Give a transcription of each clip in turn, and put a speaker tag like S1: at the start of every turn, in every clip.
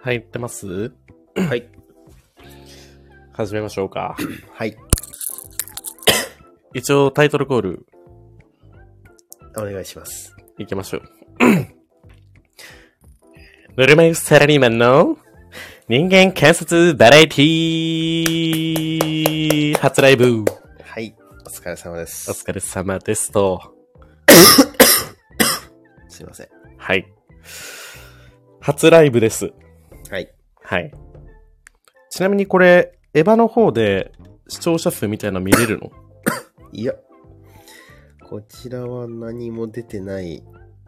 S1: 入ってます
S2: はい。
S1: 始めましょうか。
S2: はい。
S1: 一応タイトルコール
S2: お願いします。
S1: いきましょう。 ぬるま湯サラリーマンの人間観察バラエティー初ライブ
S2: はい。お疲れ様で
S1: お
S2: す。
S1: 疲れ様ですと。
S2: すいません。
S1: はい。初ライブです。
S2: はい。
S1: はい。ちなみにこれ、エヴァの方で視聴者数みたいなの見れるの
S2: いや、こちらは何も出てない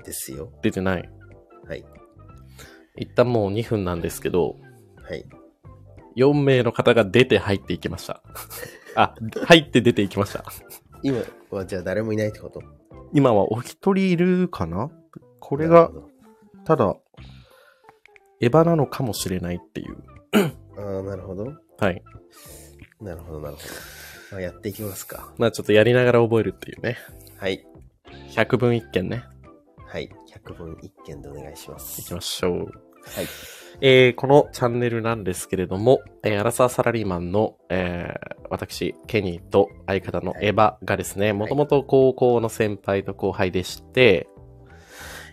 S2: ですよ。
S1: 出てない。
S2: はい。
S1: 一旦もう2分なんですけど、
S2: はい。
S1: 4名の方が出て入っていきました。あ、入って出ていきました。
S2: 今はじゃあ誰もいないってこと
S1: 今はお一人いるかなこ
S2: こ
S1: れが、ただ、エヴァなのかもしれないっていう。
S2: ああ、なるほど。
S1: はい。
S2: なるほど、なるほど。まあ、やっていきますか。
S1: まあちょっとやりながら覚えるっていうね。
S2: はい。
S1: 百分一見ね。
S2: はい。100分一件でお願いします。
S1: いきましょう。
S2: はい。
S1: えーこのチャンネルなんですけれども、えーアラサーサラリーマンの、えー私、ケニーと相方のエヴァがですね、もともと高校の先輩と後輩でして、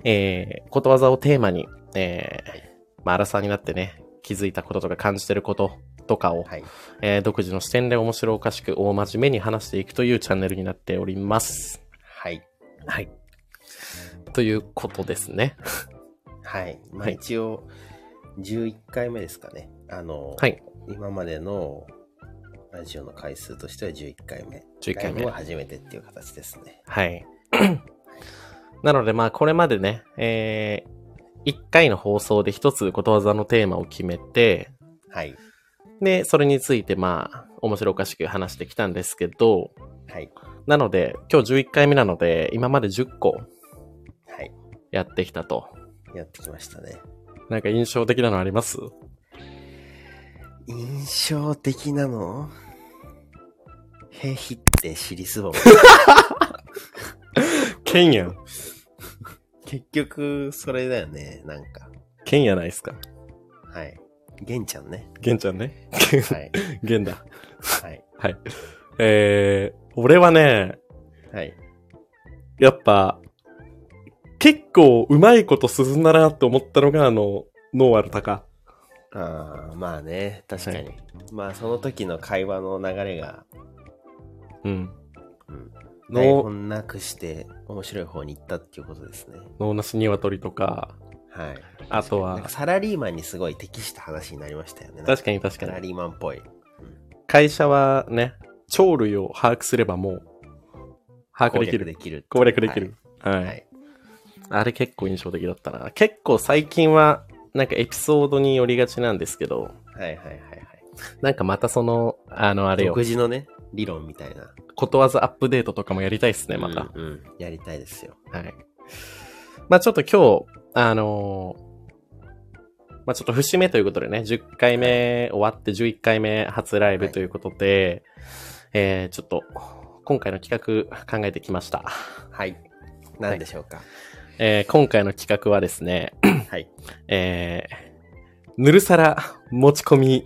S1: えーことわざをテーマに、えーまあ、アラサーになってね、気づいたこととか感じてることとかを、
S2: はい。
S1: えー独自の視点で面白おかしく大真面目に話していくというチャンネルになっております。
S2: はい。
S1: はい。ということですね。
S2: はい。ま
S1: は
S2: あ、
S1: い
S2: 一応、11回目ですかね。あの、
S1: はい。
S2: 今までのラジオの回数としては11回目。
S1: 11回目
S2: ライブは初めてっていう形ですね。
S1: はい。 なのでまあこれまでね、え1回の放送で一つことわざのテーマを決めて、
S2: はい。
S1: で、それについてまあ面白おかしく話してきたんですけど、
S2: はい。
S1: なので今日11回目なので今まで10個
S2: はい。
S1: やってきたと。
S2: やってきましたね。
S1: なんか印象的なのあります
S2: 印象的なのへひって尻 すぼみ。
S1: ケンやん。
S2: 結局、それだよね。なんか。
S1: ケンやないですか。
S2: はい。げんちゃんね。
S1: ゲンちゃんね。
S2: はい。
S1: ゲンだ。
S2: はい。
S1: はい。えー、俺はね、
S2: はい。
S1: やっぱ、結構うまいこと進んだなって思ったのが、あの、ノーアルタカ。
S2: ああ、まあね。確かに。
S1: は
S2: まあ、その時の会話の流れが、
S1: うん。
S2: うん。台
S1: の、
S2: 本なくして、面白い方に行ったっていうことですね。
S1: 脳なし鶏とか、
S2: はい。
S1: あと
S2: なんか
S1: は、
S2: サラリーマンにすごい適した話になりましたよね。
S1: 確かに確か
S2: サラ
S1: に。
S2: リーマンっぽい。
S1: 会社はね、鳥類を把握すればもう、把握
S2: 攻
S1: でき
S2: 略で
S1: る。
S2: きる。
S1: 攻略できる。はい。
S2: はい。はい。
S1: あれ結構印象的だったな。結構最近は、なんかエピソードによりがちなんですけど、
S2: はいはいはいはい。
S1: なんかまたその、あの、あれよ
S2: 独、自のね、理論みたいな。
S1: ことわざアップデートとかもやりたいっすね、また。
S2: うんうんやりたいですよ。
S1: はい。まあちょっと今日、あのーまあちょっと節目ということでね、10回目終わって11回目初ライブということで、えー、ちょっと、今回の企画考えてきました。
S2: はい。何でしょうか。
S1: えー、今回の企画はですね、
S2: はい。
S1: えー、ぬるさら持ち込み、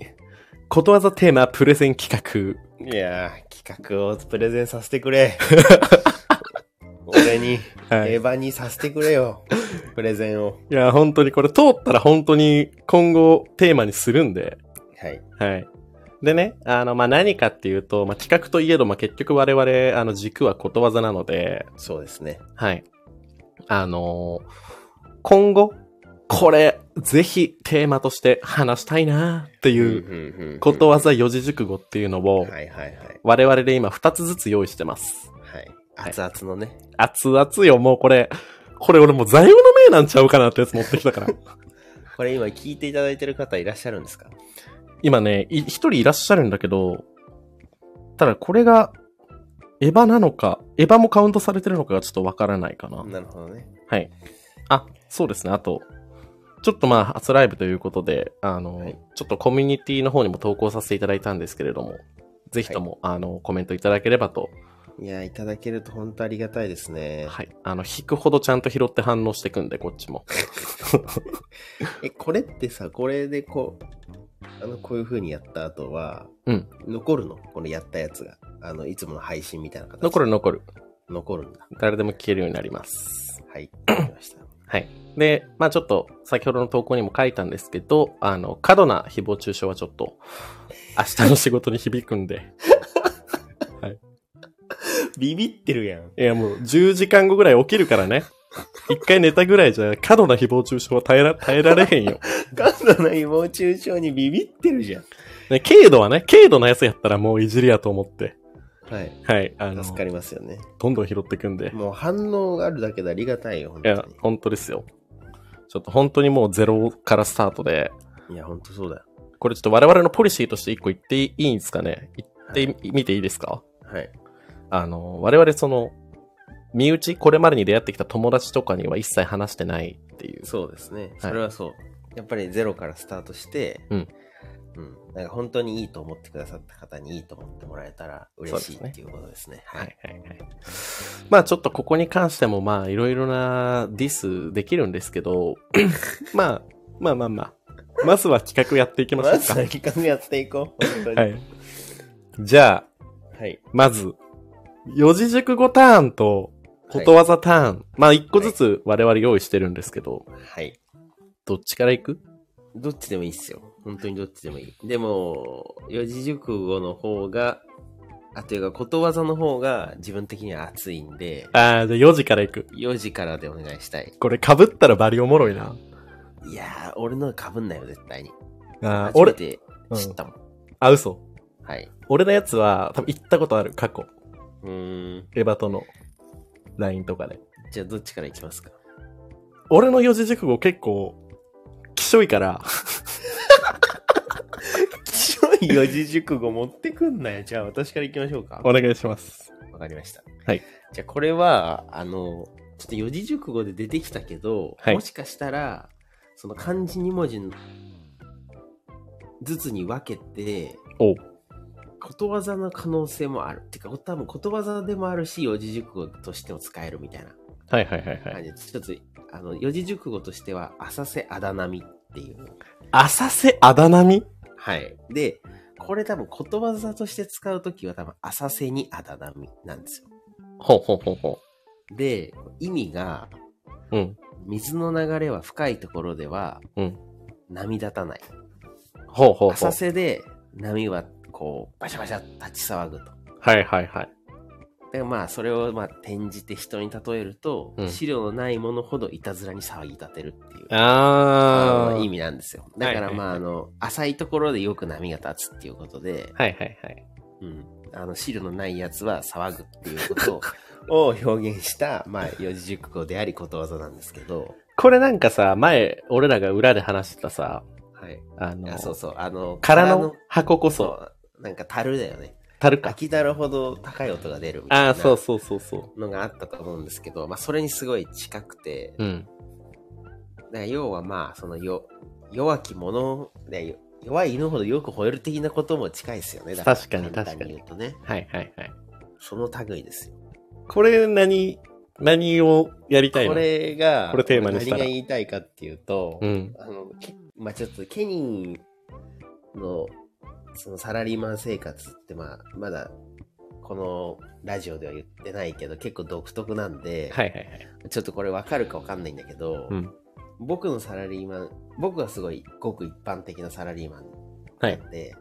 S1: ことわざテーマプレゼン企画。
S2: いやー、企画をプレゼンさせてくれ。俺に、
S1: はい
S2: エヴァにさせてくれよ。プレゼンを。
S1: いや、本当にこれ通ったら本当に今後テーマにするんで、
S2: はい。
S1: はい。でね、あの、まあ、何かっていうと、まあ、企画といえど、まあ、結局我々、あの、軸はことわざなので、
S2: そうですね。
S1: はい。あのー今後、これ、ぜひテーマとして話したいなっていう、
S2: う
S1: ことわざ四字熟語っていうのを、
S2: はいはいはい。
S1: 我々で今2つずつ用意してます。
S2: はい。熱々のね。
S1: 熱々よ、もうこれ、これ俺もう座右の銘なんちゃうかなってやつ持ってきたから。
S2: これ今聞いていただいてる方いらっしゃるんですか
S1: 今ね、い一人いらっしゃるんだけど、ただこれが、エヴァなのか、エヴァもカウントされてるのかがちょっとわからないかな。
S2: なるほどね。
S1: はい。あ、そうですね。あと、ちょっとまあ、初ライブということで、あの、
S2: はい
S1: ちょっとコミュニティの方にも投稿させていただいたんですけれども、ぜひとも、あの、コメントいただければと
S2: いや、いただけると本当ありがたいですね。
S1: はい。あの、引くほどちゃんと拾って反応してくんで、こっちも。
S2: え、これってさ、これでこう、あの、こういう風にやった後は、
S1: うん
S2: 残るのこのやったやつが。あの、いつもの配信みたいな形で。
S1: 残る残る。
S2: 残るんだ。
S1: 誰でも聞けるようになります。
S2: はい。わかりました。
S1: はい。で、まあちょっと、先ほどの投稿にも書いたんですけど、あの、過度な誹謗中傷はちょっと、明日の仕事に響くんで。
S2: ビビってるや
S1: い
S2: ん。
S1: や、もう、10時間後ぐらい起きるからね。一回寝たぐらいじゃ、過度な誹謗中傷は耐えら、耐えられへんよ。
S2: ガンダの誹謗中傷にビビってるじゃん。
S1: ね、軽度はね、軽度なやつやったらもういじりやと思って。
S2: はい。
S1: はい。あの、
S2: 助かりますよね。
S1: どんどん拾ってくんで。
S2: もう反応があるだけでありがたいよ、本
S1: い
S2: 当
S1: や、本当ですよ。ちょっと本当にもうゼロからスタートで、
S2: に。いや、本当そうだよ。
S1: これちょっと我々のポリシーとして一個言っていいんですかね言ってみていいですか、
S2: はい。
S1: あの、我々その、身内、これまでに出会ってきた友達とかには一切話してないっていう。
S2: そうですね。それはそう。やっぱりゼロからスタートして、
S1: うん。
S2: うん。なんか本当にいいと思ってくださった方にいいと思ってもらえたら嬉しい
S1: そうですね
S2: っていうことですね。
S1: は
S2: はい。
S1: いはいはい。まあちょっとここに関してもまあいろいろなディスできるんですけ ど、まあ、まあまあまあ。まずは企画やっていきま
S2: ま
S1: しょう
S2: ず
S1: か。
S2: は企画やっていこう。本当に。
S1: は。い。じゃあ、
S2: はい。
S1: まず、四字熟語ターンと、ことわざターン。まあ一個ずつ我々用意してるんですけど、
S2: はい。
S1: どっちからいく
S2: どっちでもいいっすよ。本当にどっちでもいい。でも、四字熟語の方が、あ、というか、ことわざの方が自分的には熱いんで、
S1: ああ、じゃあ四字からいく。
S2: 4時からでお願いしたい。
S1: これ被ったらバリおもろいな。
S2: いやー、俺のかぶんないよ、絶対に。
S1: あー
S2: 初め
S1: 俺、
S2: て
S1: うん
S2: 知ったもん。
S1: あ、嘘。
S2: はい。
S1: 俺のやつは、多分行ったことある、過去。
S2: うーん。
S1: エバとの LINE とかで。
S2: じゃあ、どっちからいきますか
S1: 俺の四字熟語結構、きしょいから、
S2: 白い 四字熟語持ってくんなよ。じゃあ、私からいきましょうか。
S1: お願いします。
S2: わかりました。
S1: はい。
S2: じゃあ、これは、あの、ちょっと四字熟語で出てきたけど、
S1: はい
S2: もしかしたら、その漢字2文字ずつに分けて、
S1: おう
S2: ことわざの可能性もある。てか、多分ことわざでもあるし、四字熟語としても使えるみたいな
S1: はいはいはいは
S2: 感
S1: い。
S2: じで、ちょっと、あの、四字熟語としては、浅瀬あだ波っていう。
S1: 浅瀬あだ波
S2: はい。で、これ多分ことわざとして使うときは多分浅瀬にあだ波なんですよ。
S1: ほうほうほうほ
S2: で、意味が、
S1: う。うん。
S2: 水の流れは深いところでは、
S1: うん
S2: 波立たない。
S1: ほうほうほう。
S2: 浅瀬で波はこう、バシャバシャ立ち騒ぐと。
S1: はいはいはい。
S2: でまあ、それをまあ転じて人に例えると、
S1: うん
S2: 資料のないものほどいたずらに騒ぎ立てるっていう。
S1: あ
S2: あ
S1: ー。
S2: の意味なんですよ。だから
S1: はいはい
S2: まあ、あの、浅いところでよく波が立つっていうことで、
S1: はいはいはい。
S2: うん、あの汁のないやつは騒ぐっていうこ とをを表現した、まあ、四字熟語でありことわざなんですけど、
S1: これなんかさ、前、俺らが裏で話してたさ、
S2: はい、
S1: あの、
S2: あそうそうあの
S1: 空の箱こそ、
S2: そうなんか樽だよね
S1: 樽か。
S2: 秋樽ほど高い音が出るみたい
S1: あ
S2: な
S1: あ、そうそうそうそ
S2: のがあったと思うんですけど、まあ、それにすごい近くて
S1: う。うん。
S2: だから要はまあそのよ弱き者で弱い犬ほどよく吠える的なことも近いですよねだら
S1: 確かに
S2: 簡単に言うとね
S1: はいはいはい。
S2: その類ですよ
S1: これ何、何をやりたいの
S2: これが
S1: これテーマにしたら
S2: 何が言いたいかっていうと、
S1: うん。
S2: あの、けまあちょっとケニーの、そのサラリーマン生活って、まあまだ、このラジオでは言ってないけど、結構独特なんで、
S1: はいはいはい。
S2: ちょっとこれわかるかわかんないんだけど、
S1: うん。
S2: 僕のサラリーマン、僕はすごいごく一般的なサラリーマン
S1: はい。
S2: なんで、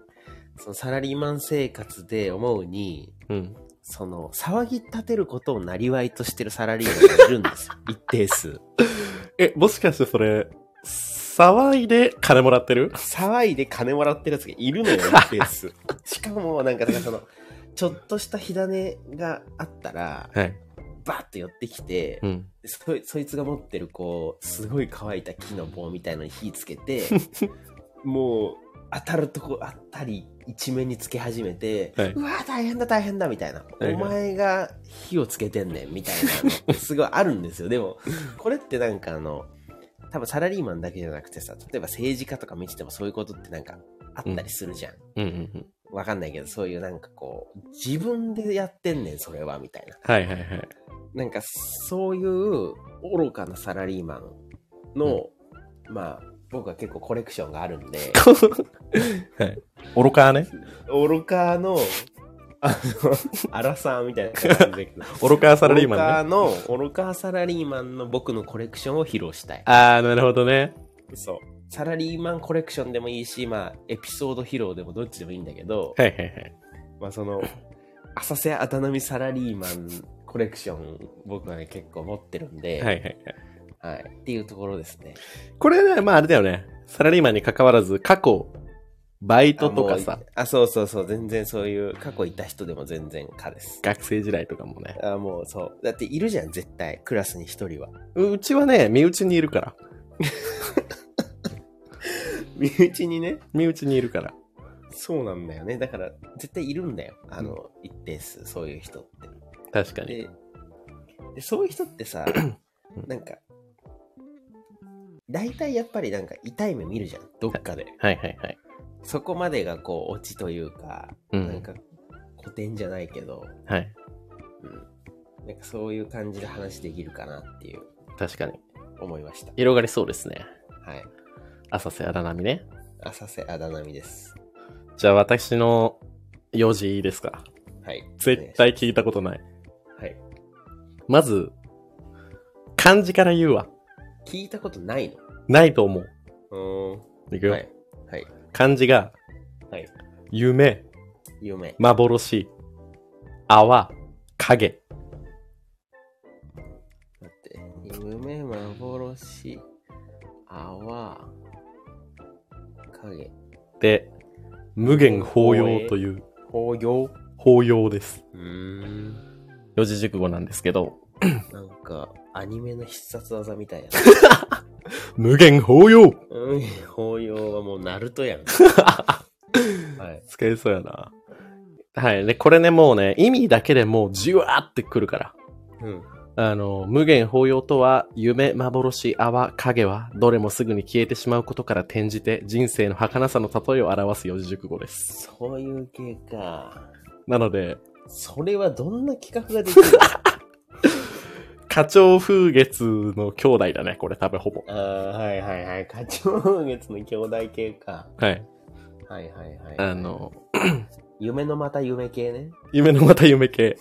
S2: そのサラリーマン生活で思うに、
S1: うん。
S2: その騒ぎ立てることをなりわいとしてるサラリーマンがいる んですよ。一定数。
S1: え、もしかしてそれ、騒いで金もらってる
S2: 騒いで金もらってるやつがいるのよ、一定数。しかも、なんか、だからその、ちょっとした火種があったら、
S1: はい。
S2: バーッと寄ってきて
S1: う、ん。
S2: そそいつが持ってる、こう、すごい乾いた木の棒みたいのに火つ けて、もう、当たるとこ、あったり、一面につけ始めて、
S1: はいう
S2: わー大変だ、大変だ、みたいな。
S1: はいはい
S2: お前が火をつけてんねん、みたい なの、すごいあるんですよ。でも、これってなんかあの、多分サラリーマンだけじゃなくてさ、例えば政治家とか見ててもそういうことってなんかあったりするじゃん。
S1: うんうんうん。
S2: わかんないけど、そういうなんかこう、自分でやってんねん、それは、みたいな。
S1: はいはいはい。
S2: なんか、そういう愚かなサラリーマンの、まあ、僕は結構コレクションがあるんで、
S1: はい、愚かね。
S2: 愚かの、あの、アラサーみたいな感じ で、
S1: 愚かサラリー
S2: 愚
S1: マ
S2: か
S1: ンね。
S2: の、 愚かサラリーマンの僕のコレクションを披露したい。
S1: ああ、なるほどね。
S2: そう。サラリーマンコレクションでもいいし、まあ、エピソード披露でもどっちでもいいんだけど、
S1: はいはいはい。
S2: まあその、浅瀬熱海サラリーマンコレクション、僕はね、結構持ってるんで、
S1: はいはいはい。
S2: はい。っていうところですね。
S1: これね、まああれだよね。サラリーマンに関わらず、過去、バイトとか
S2: あ
S1: さ
S2: もう、あ、そうそうそう、全然そういう、過去いた人でも全然かです。
S1: 学生時代とかもね。
S2: あ、もうそう。だっているじゃん、絶対。クラスに一人は。
S1: ううちはね、身内にいるから。
S2: 身内にね。
S1: 身内にいるから。
S2: そうなんだよね。だから、絶対いるんだよ。あの、一定数、そういう人って。
S1: 確かに。
S2: ででそういう人ってさなんか大体やっぱりなんか痛い目見るじゃんどっかで
S1: はいはいはい。
S2: そこまでがこうオチというか、
S1: う
S2: なん
S1: ん。
S2: か古典じゃないけど、
S1: はい。
S2: うん、なんかそういう感じで話できるかなっていう
S1: 確かに。
S2: 思いました
S1: 広がりそうですね。
S2: はい
S1: 浅瀬荒波ね。
S2: 浅瀬あだ波です
S1: じゃあ私の4時いいですか
S2: はい
S1: 絶対聞いたことない。
S2: はい
S1: まず、漢字から言うわ。
S2: 聞いたことないの
S1: ないと思う。
S2: うーん
S1: いくよ。
S2: はいはい
S1: 漢字が、
S2: はい
S1: 夢、
S2: 夢
S1: 幻、泡、影。
S2: 待って夢幻泡影
S1: で、無限法要という、
S2: 紅葉
S1: 法要です。
S2: うーん
S1: 四字熟語なんですけど、
S2: なんかアニメの必殺技みたいやな
S1: 無限法要
S2: うん紅葉はもうナルトや んはい
S1: 使えそうやな。はい。で、これね、もうね、意味だけでもうじわーってくるから。
S2: うん
S1: あの、無限法要とは、夢、幻、泡、影は、どれもすぐに消えてしまうことから転じて、人生の儚さの例えを表す四字熟語です。
S2: そういう系か
S1: なので、
S2: それはどんな企画ができるの
S1: 花鳥風月の兄弟だね、これ多分ほぼ。
S2: あーはいはいはい花鳥月の兄弟系か
S1: はい。
S2: はいはいはい
S1: あの、
S2: 夢のまた夢系ね
S1: 夢のまた夢系。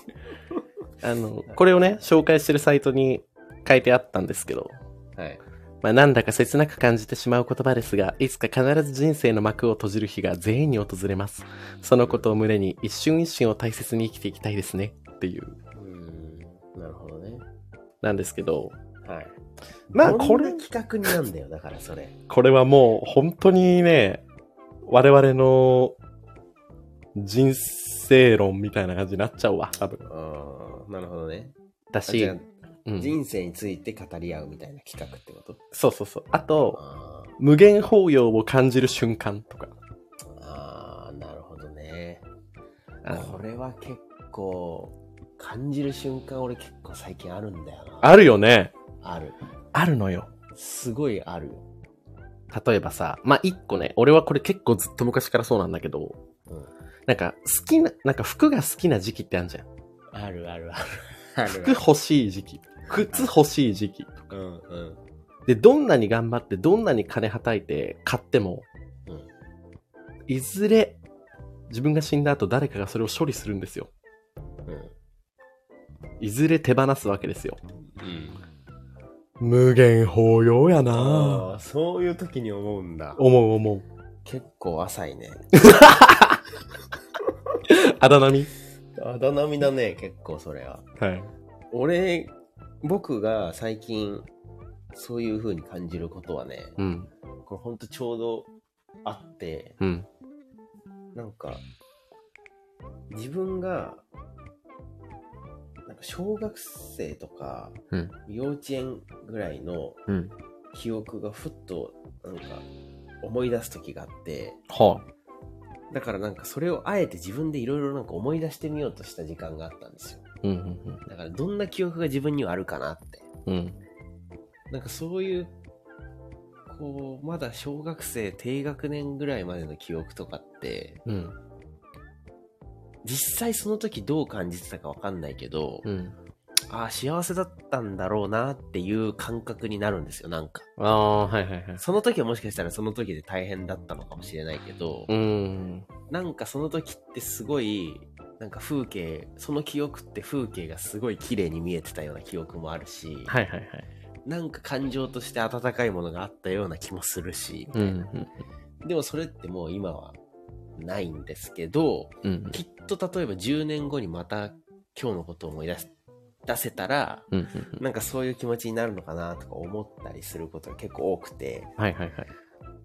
S1: あの、これをね、紹介してるサイトに書いてあったんですけど、
S2: はい
S1: まあ、なんだか切なく感じてしまう言葉ですが、いつか必ず人生の幕を閉じる日が全員に訪れます。そのことを胸に、一瞬一瞬を大切に生きていきたいですね。っていう、
S2: うーんなるほどね
S1: なんですけど、
S2: はい
S1: まあ
S2: どんな
S1: これ
S2: 企画になんだよだからそれ
S1: これはもう本当にね、我々の人生論みたいな感じになっちゃうわ、多分。
S2: ああなるほどね
S1: だ
S2: あ
S1: し、
S2: じゃあ
S1: うん
S2: 人生について語り合うみたいな企画ってこと
S1: そうそうそう。あと、
S2: あー
S1: 無限抱擁を感じる瞬間とか。
S2: あーなるほどね
S1: あ
S2: こ
S1: の
S2: れは結構感じる瞬間俺結構最近あるんだよな
S1: あるよね。
S2: ある
S1: あるのよ。
S2: すごいあるよ、
S1: 例えばさ、まあ、一個ね、俺はこれ結構ずっと昔からそうなんだけど、
S2: うん、
S1: なんか好きな、なんか服が好きな時期ってあるじゃん。
S2: あるあるあるある
S1: 服欲しい時期。靴欲しい時期。
S2: うんうん
S1: で、どんなに頑張って、どんなに金はたいて買っても、
S2: うん
S1: いずれ自分が死んだ後誰かがそれを処理するんですよ。
S2: うん
S1: いずれ手放すわけですよ。
S2: うん
S1: 無限包容やな
S2: あーそういう時に思うんだ
S1: 思う思う。
S2: 結構浅いね
S1: あだ波
S2: あだ波だね結構それは
S1: はい。
S2: 俺僕が最近そういう風に感じることはね、
S1: うん。
S2: これほんとちょうどあって、
S1: うん。
S2: なんか、自分が、なんか小学生とか、
S1: うん
S2: 幼稚園ぐらいの
S1: うん。
S2: 記憶がふっと、なんか、思い出す時があって、
S1: は
S2: だからなんかそれをあえて自分でいろいろなんか思い出してみようとした時間があったんですよ。
S1: あ。うんうん
S2: だからどんな記憶が自分にはあるかなって。
S1: うん。うん。
S2: なんかそういう、こう、まだ小学生低学年ぐらいまでの記憶とかって、
S1: うん。
S2: 実際その時どう感じてたかわかんないけど、
S1: うん。
S2: ああ、幸せだったんだろうなっていう感覚になるんですよ、なんか。
S1: ああ、はいはいはい。
S2: その時はもしかしたらその時で大変だったのかもしれないけど、
S1: うん。
S2: なんかその時ってすごい、なんか風景、その記憶って風景がすごい綺麗に見えてたような記憶もあるし、
S1: はいはいはい。
S2: なんか感情として温かいものがあったような気もするし、
S1: うん。うん
S2: でもそれってもう今はないんですけど、
S1: うん。
S2: きっと例えば10年後にまた今日のことを思い出す出せたら、
S1: うん。うん。
S2: なんかそういう気持ちになるのかなとか思ったりすることが結構多くて、
S1: はいはいはい。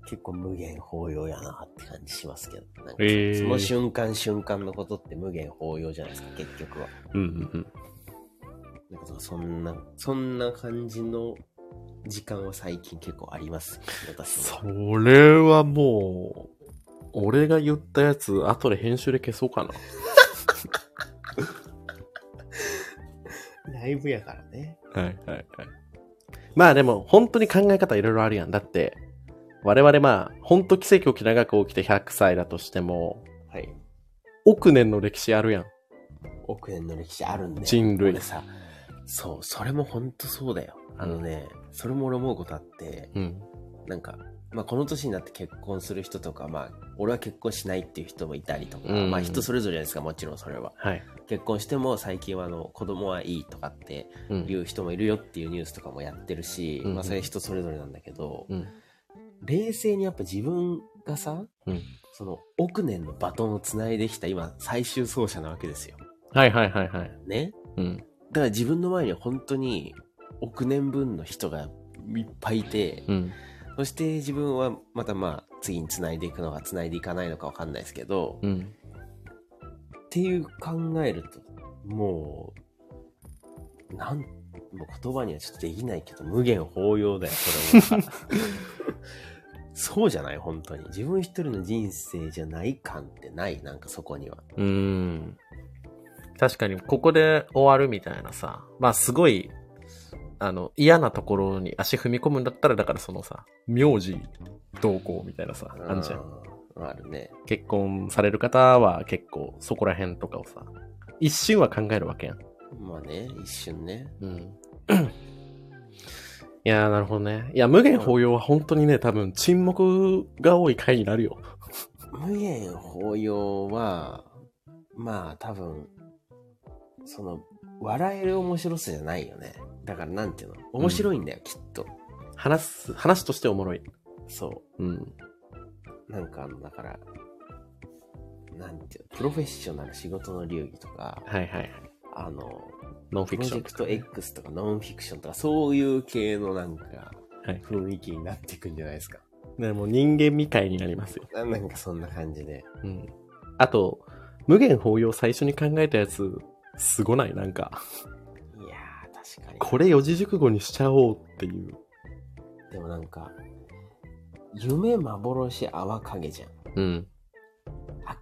S2: 結構無限包容やなって感じしますけど、なんか
S1: えー
S2: その瞬間瞬間のことって無限包容じゃないですか、結局は。
S1: うんうんうん。
S2: なんかそんな、そんな感じの時間は最近結構あります、私
S1: そ
S2: は。
S1: れはもう、俺が言ったやつ、後で編集で消そうかな。
S2: ライブやからね。
S1: はいはいはい。まあでも、本当に考え方いろいろあるやん。だって、我々まあ、本当奇跡を長く起きて100歳だとしても、
S2: はい。
S1: 億年の歴史あるやん。
S2: 億年の歴史あるんで。
S1: 人類
S2: 俺さ、そう、それもほんとそうだよ。あのね、それも俺思うことあって、
S1: うん。
S2: なんか、まあ、この年になって結婚する人とか、まあ、俺は結婚しないっていう人もいたりとか、
S1: うん
S2: まあ、人それぞれじゃないですか、もちろんそれは。
S1: はい。
S2: 結婚しても最近はあの子供はいいとかって
S1: う
S2: い
S1: ん。
S2: う人もいるよっていうニュースとかもやってるし、
S1: うん
S2: まあ、それは人それぞれなんだけど、
S1: うん。
S2: 冷静にやっぱ自分がさ、
S1: うん
S2: その億年のバトンをつないできた今、最終走者なわけですよ。
S1: はいはいはいはい。
S2: ね。
S1: うん。
S2: だから自分の前には本当に億年分の人がいっぱいいて、
S1: うん。
S2: そして自分はまたまあ次に繋いでいくのか繋いでいかないのかわかんないですけど、
S1: うん。
S2: っていう考えると、もう、なん、もう言葉にはちょっとできないけど、無限包容だよ、それ は。そうじゃない本当に。自分一人の人生じゃない感ってないなんかそこには。
S1: うーん。確かに、ここで終わるみたいなさ、まあすごい、あの、嫌なところに足踏み込むんだったら、だからそのさ、名字同行みたいなさ、あんじゃん。
S2: うあるね。
S1: 結婚される方は結構そこら辺とかをさ、一瞬は考えるわけやん。
S2: まあね、一瞬ね。
S1: うん。 いやー、なるほどね。いや、無限包容は本当にね、多分沈黙が多い回になるよ。
S2: 無限包容は、まあ多分、その、笑える面白さじゃないよね。だからなんていうの面白いんだよ、きっと。
S1: 話す、話としておもろい。
S2: そ
S1: うん。
S2: う。なんかあの、だから、なんていうのプロフェッショナル仕事の流儀とか、
S1: はいはい。
S2: あの、
S1: ノンフ
S2: プ
S1: ィク
S2: ロ
S1: シ
S2: ジ
S1: ョンと
S2: ェク
S1: か
S2: ト
S1: ね。
S2: X とかノンフィクションとか、そういう系のなんか、
S1: はい
S2: 雰囲気になっていくんじゃないですか。
S1: ね、もう人間みたいになりますよ。
S2: ななんかそんな感じで。
S1: うん。あと、無限包容最初に考えたやつ、すごないなんか、
S2: いやー、確かに。
S1: これ四字熟語にしちゃおうっていう。
S2: でもなんか、夢幻泡影じゃん。
S1: うん。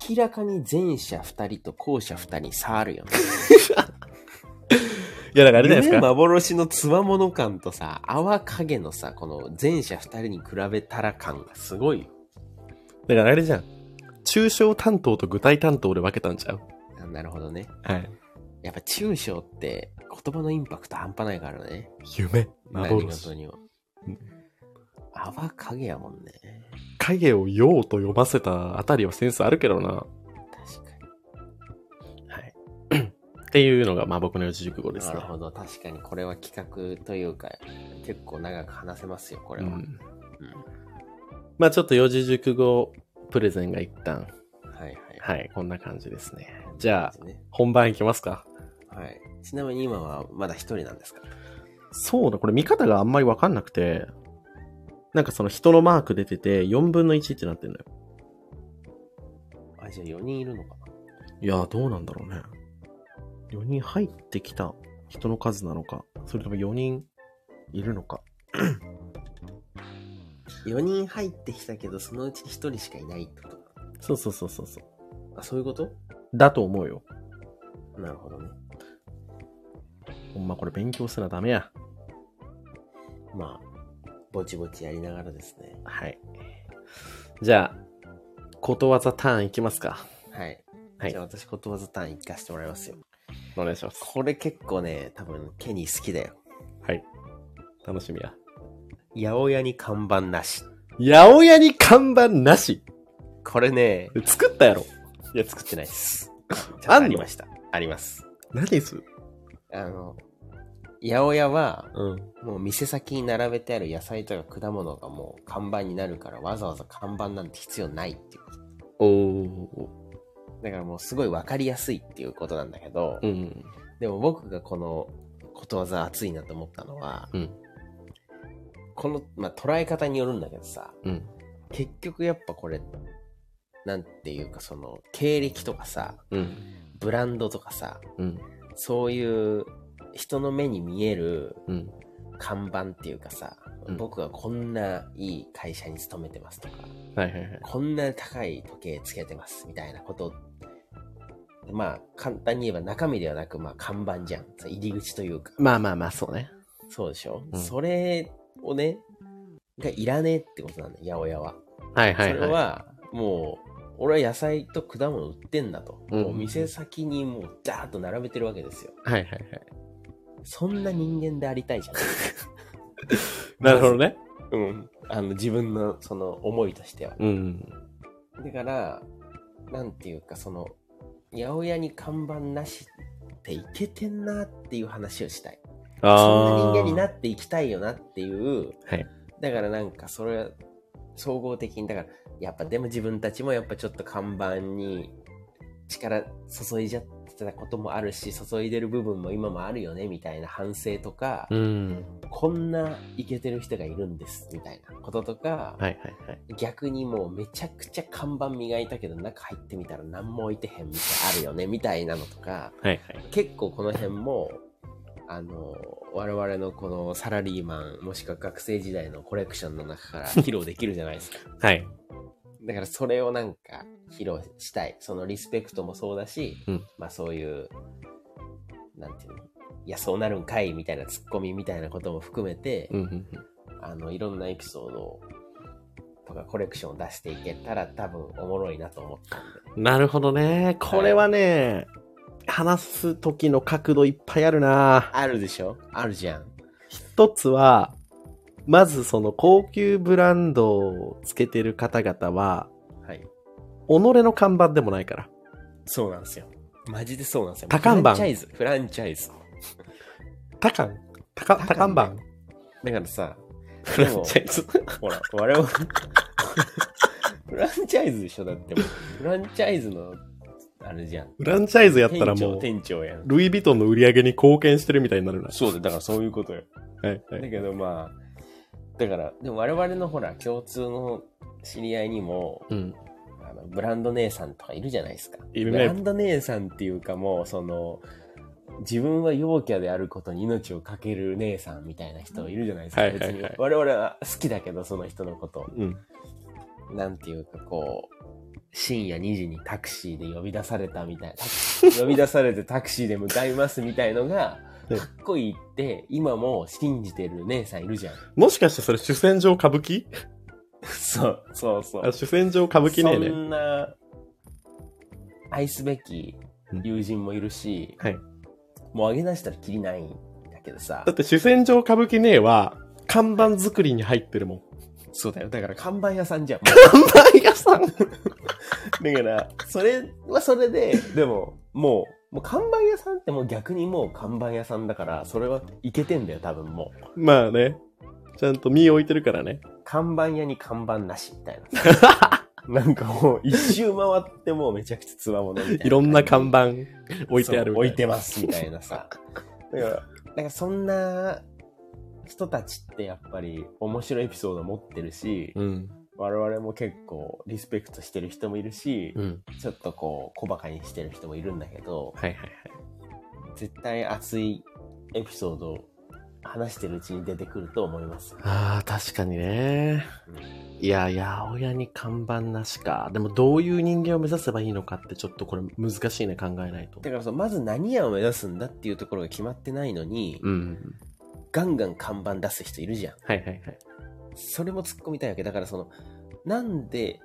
S2: 明らかに前者2人と後者2人に差あるよね。
S1: いや、だからあれじゃないです
S2: 夢
S1: か。
S2: 幻のつわもの感とさ、泡影のさ、この前者2人に比べたら感がすごいよ。
S1: だからあれじゃん。抽象担当と具体担当で分けたんちゃう
S2: あなるほどね。
S1: はい。
S2: やっぱ中小って言葉のインパクト半端ないからね。
S1: 夢、
S2: 何
S1: 幻
S2: 事。にも
S1: うん。
S2: 泡影やもんね。
S1: 影をようと読ませたあたりはセンスあるけどな。
S2: 確か
S1: はい。 っていうのが、まあ僕の四字熟語で
S2: に。
S1: す
S2: な
S1: ね
S2: るほど。確かにこれは企画というか、結構長く話せますよ、これは。
S1: うんまあちょっと四字熟語プレゼンが一旦、
S2: はいはい。
S1: はい、こんな感じですね。じゃあ、
S2: そうですね
S1: 本番いきますか。
S2: はい。ちなみに今はまだ一人なんですか
S1: そうだ、これ見方があんまりわかんなくて、なんかその人のマーク出てて、4分の1ってなってんのよ。
S2: あ、じゃあ4人いるのか
S1: いやー、どうなんだろうね。4人入ってきた人の数なのか、それとも4人いるのか。
S2: な ?4 人入ってきたけど、そのうち1人しかいないってことか
S1: そうそうそうそうそう。
S2: あ、そういうこと
S1: だと思うよ。
S2: なるほどね。
S1: ほんまこれ勉強せなダメや。
S2: まあ、ぼちぼちやりながらですね。
S1: はい。じゃあ、ことわざターンいきますか。
S2: はい。
S1: はい
S2: じゃあ私、ことわざ単位行かせてもらいますよ。
S1: お願いします。
S2: これ結構ね、多分、ケニー好きだよ。
S1: はい。楽しみや。
S2: 八百屋に看板なし。
S1: 八百屋に看板なし。
S2: これね、
S1: 作ったやろ。
S2: いや、作ってないです。ち
S1: あ
S2: ゃ
S1: んの
S2: んとありました。あります。
S1: 何です
S2: あの、八百屋は、
S1: うん。
S2: もう店先に並べてある野菜とか果物がもう看板になるから、わざわざ看板なんて必要ないっていうこと。
S1: おー。
S2: だからもうすごいわかりやすいっていうことなんだけど、
S1: うん。
S2: でも僕がこのことわざ熱いなと思ったのは、
S1: うん
S2: この、まあ、捉え方によるんだけどさ、
S1: うん。
S2: 結局やっぱこれ、なんていうかその、経歴とかさ、
S1: うん。
S2: ブランドとかさ、
S1: うん。
S2: そういう人の目に見える
S1: うん。
S2: 看板っていうかさ、
S1: うん
S2: 僕はこんないい会社に勤めてますとか、
S1: はいはいはい。
S2: こんな高い時計つけてますみたいなことまあ簡単に言えば中身ではなくまあ看板じゃんその入り口というか
S1: まあまあまあ、そうね。
S2: そうでしょ、
S1: うん
S2: それをねがいらねえってことなんだよ八百屋は、
S1: はいはいはい。
S2: それはもう俺は野菜と果物売ってんだと、
S1: うん
S2: もう店先にもうダーッと並べてるわけですよ
S1: はいはいはい。
S2: そんな人間でありたいじゃん
S1: なるほどね。
S2: うんあの自分のその思いとしては
S1: うん。
S2: だから、なんていうか、その、八百屋に看板なしっていけてんなっていう話をしたい。そんな人間にな
S1: っ
S2: っていきたいよなっていう、
S1: はい
S2: だからなんかそれは総合的に、だから、やっぱでも自分たちもやっぱちょっと看板に力注いじゃってたこともあるし、注いでる部分も今もあるよねみたいな反省とか、
S1: うん。
S2: こんなイケてる人がいるんですみたいなこととか、
S1: はいはいはい。
S2: 逆にもうめちゃくちゃ看板磨いたけど中入ってみたら何も置いてへんみたいなあるよねみたいなのとか
S1: はいはい。
S2: 結構この辺もあの我々のこのサラリーマンもしくは学生時代のコレクションの中 から披露できるじゃないですか
S1: はい。
S2: だからそれをなんか披露したいそのリスペクトもそうだし、
S1: うん
S2: まあそういうなんていうのいやそうなるんかいみたいなツッコミみたいなことも含めて、
S1: うんうんうん。
S2: あの、いろんなエピソードとかコレクションを出していけたら多分おもろいなと思ったんで。
S1: なるほどね。これはね、話す時の角度いっぱいあるな。
S2: あるでしょあるじゃん。
S1: 一つは、まずその高級ブランドをつけてる方々は、
S2: はい。
S1: 己の看板でもないから。
S2: そうなんですよ。マジでそうなんですよ。
S1: 多看板
S2: フランチャイズ。フランチャイズ。
S1: たかんたか、たかんばん
S2: だからさ、
S1: フ
S2: で
S1: ラン
S2: も
S1: チャイズ。
S2: ほら、我々、 フランチャイズでしょだってもう。フランチャイズの、あれじゃん。
S1: フランチャイズやった
S2: 店
S1: ら
S2: 長、
S1: もう、
S2: 店長やん。
S1: ルイ・ヴィトンの売り上げに貢献してるみたいになるな。
S2: そうだ、だからそういうことよ。
S1: はいは
S2: だ
S1: い。
S2: けどまあ、だから、でも我々のほら、共通の知り合いにも、
S1: うん。
S2: あのブランド姉さんとかいるじゃないですか。
S1: いる
S2: ブラ
S1: ね。
S2: ンド姉さんっていうかもう、その、自分は陽キャであることに命を懸ける姉さんみたいな人いるじゃないですか。
S1: はいはいはい
S2: 別に我々は好きだけど、その人のこと。
S1: うん。
S2: なんていうかこう、深夜2時にタクシーで呼び出されたみ たいなタクシー。呼び出されてタクシーで向かいますみたいのが、
S1: うん
S2: かっこいいって、今も信じてる姉さんいるじゃん。
S1: もしかしてそれ主戦場歌舞伎
S2: そう、そうそう
S1: あ。主戦場歌舞伎ねえ
S2: そ
S1: ね。
S2: んな愛すべき友人もいるし、
S1: はい。
S2: もう上げ出したらきりないんだけどさ
S1: だって主戦場歌舞伎ねえは、看板作りに入ってるもん。
S2: そうだよだから看板屋さ んじゃん
S1: 看板屋さん
S2: だからそれはそれででももうもう看板屋さんってもう逆にもう看板屋さんだからそれはいけてんだよ多分も う
S1: まあね。ちゃんと身置いてるからね。
S2: 看板屋に看板なしみたい ななんかもう一周回ってもうめちゃくちゃつわものみたいない
S1: ろんな看板置いてある
S2: そう置いてますみたい なさ。だから、なんかそんな人たちってやっぱり面白いエピソード持ってるし、
S1: うん。
S2: 我々も結構リスペクトしてる人もいるし、
S1: うん。
S2: ちょっとこう小馬鹿にしてる人もいるんだけど、
S1: はいはいはい。
S2: 絶対熱いエピソードを話してるうちに出てくると思います。
S1: ああ、確かにね。いや、八百屋に看板なしか。でも、どういう人間を目指せばいいのかって、ちょっとこれ難しいね、考えないと
S2: だ。からそうまず何屋を目指すんだっていうところが決まってないのに、
S1: うん。
S2: ガンガン看板出す人いるじゃん。
S1: はいはいはい。
S2: それも突っ込みたいわけ。だからその、なんで、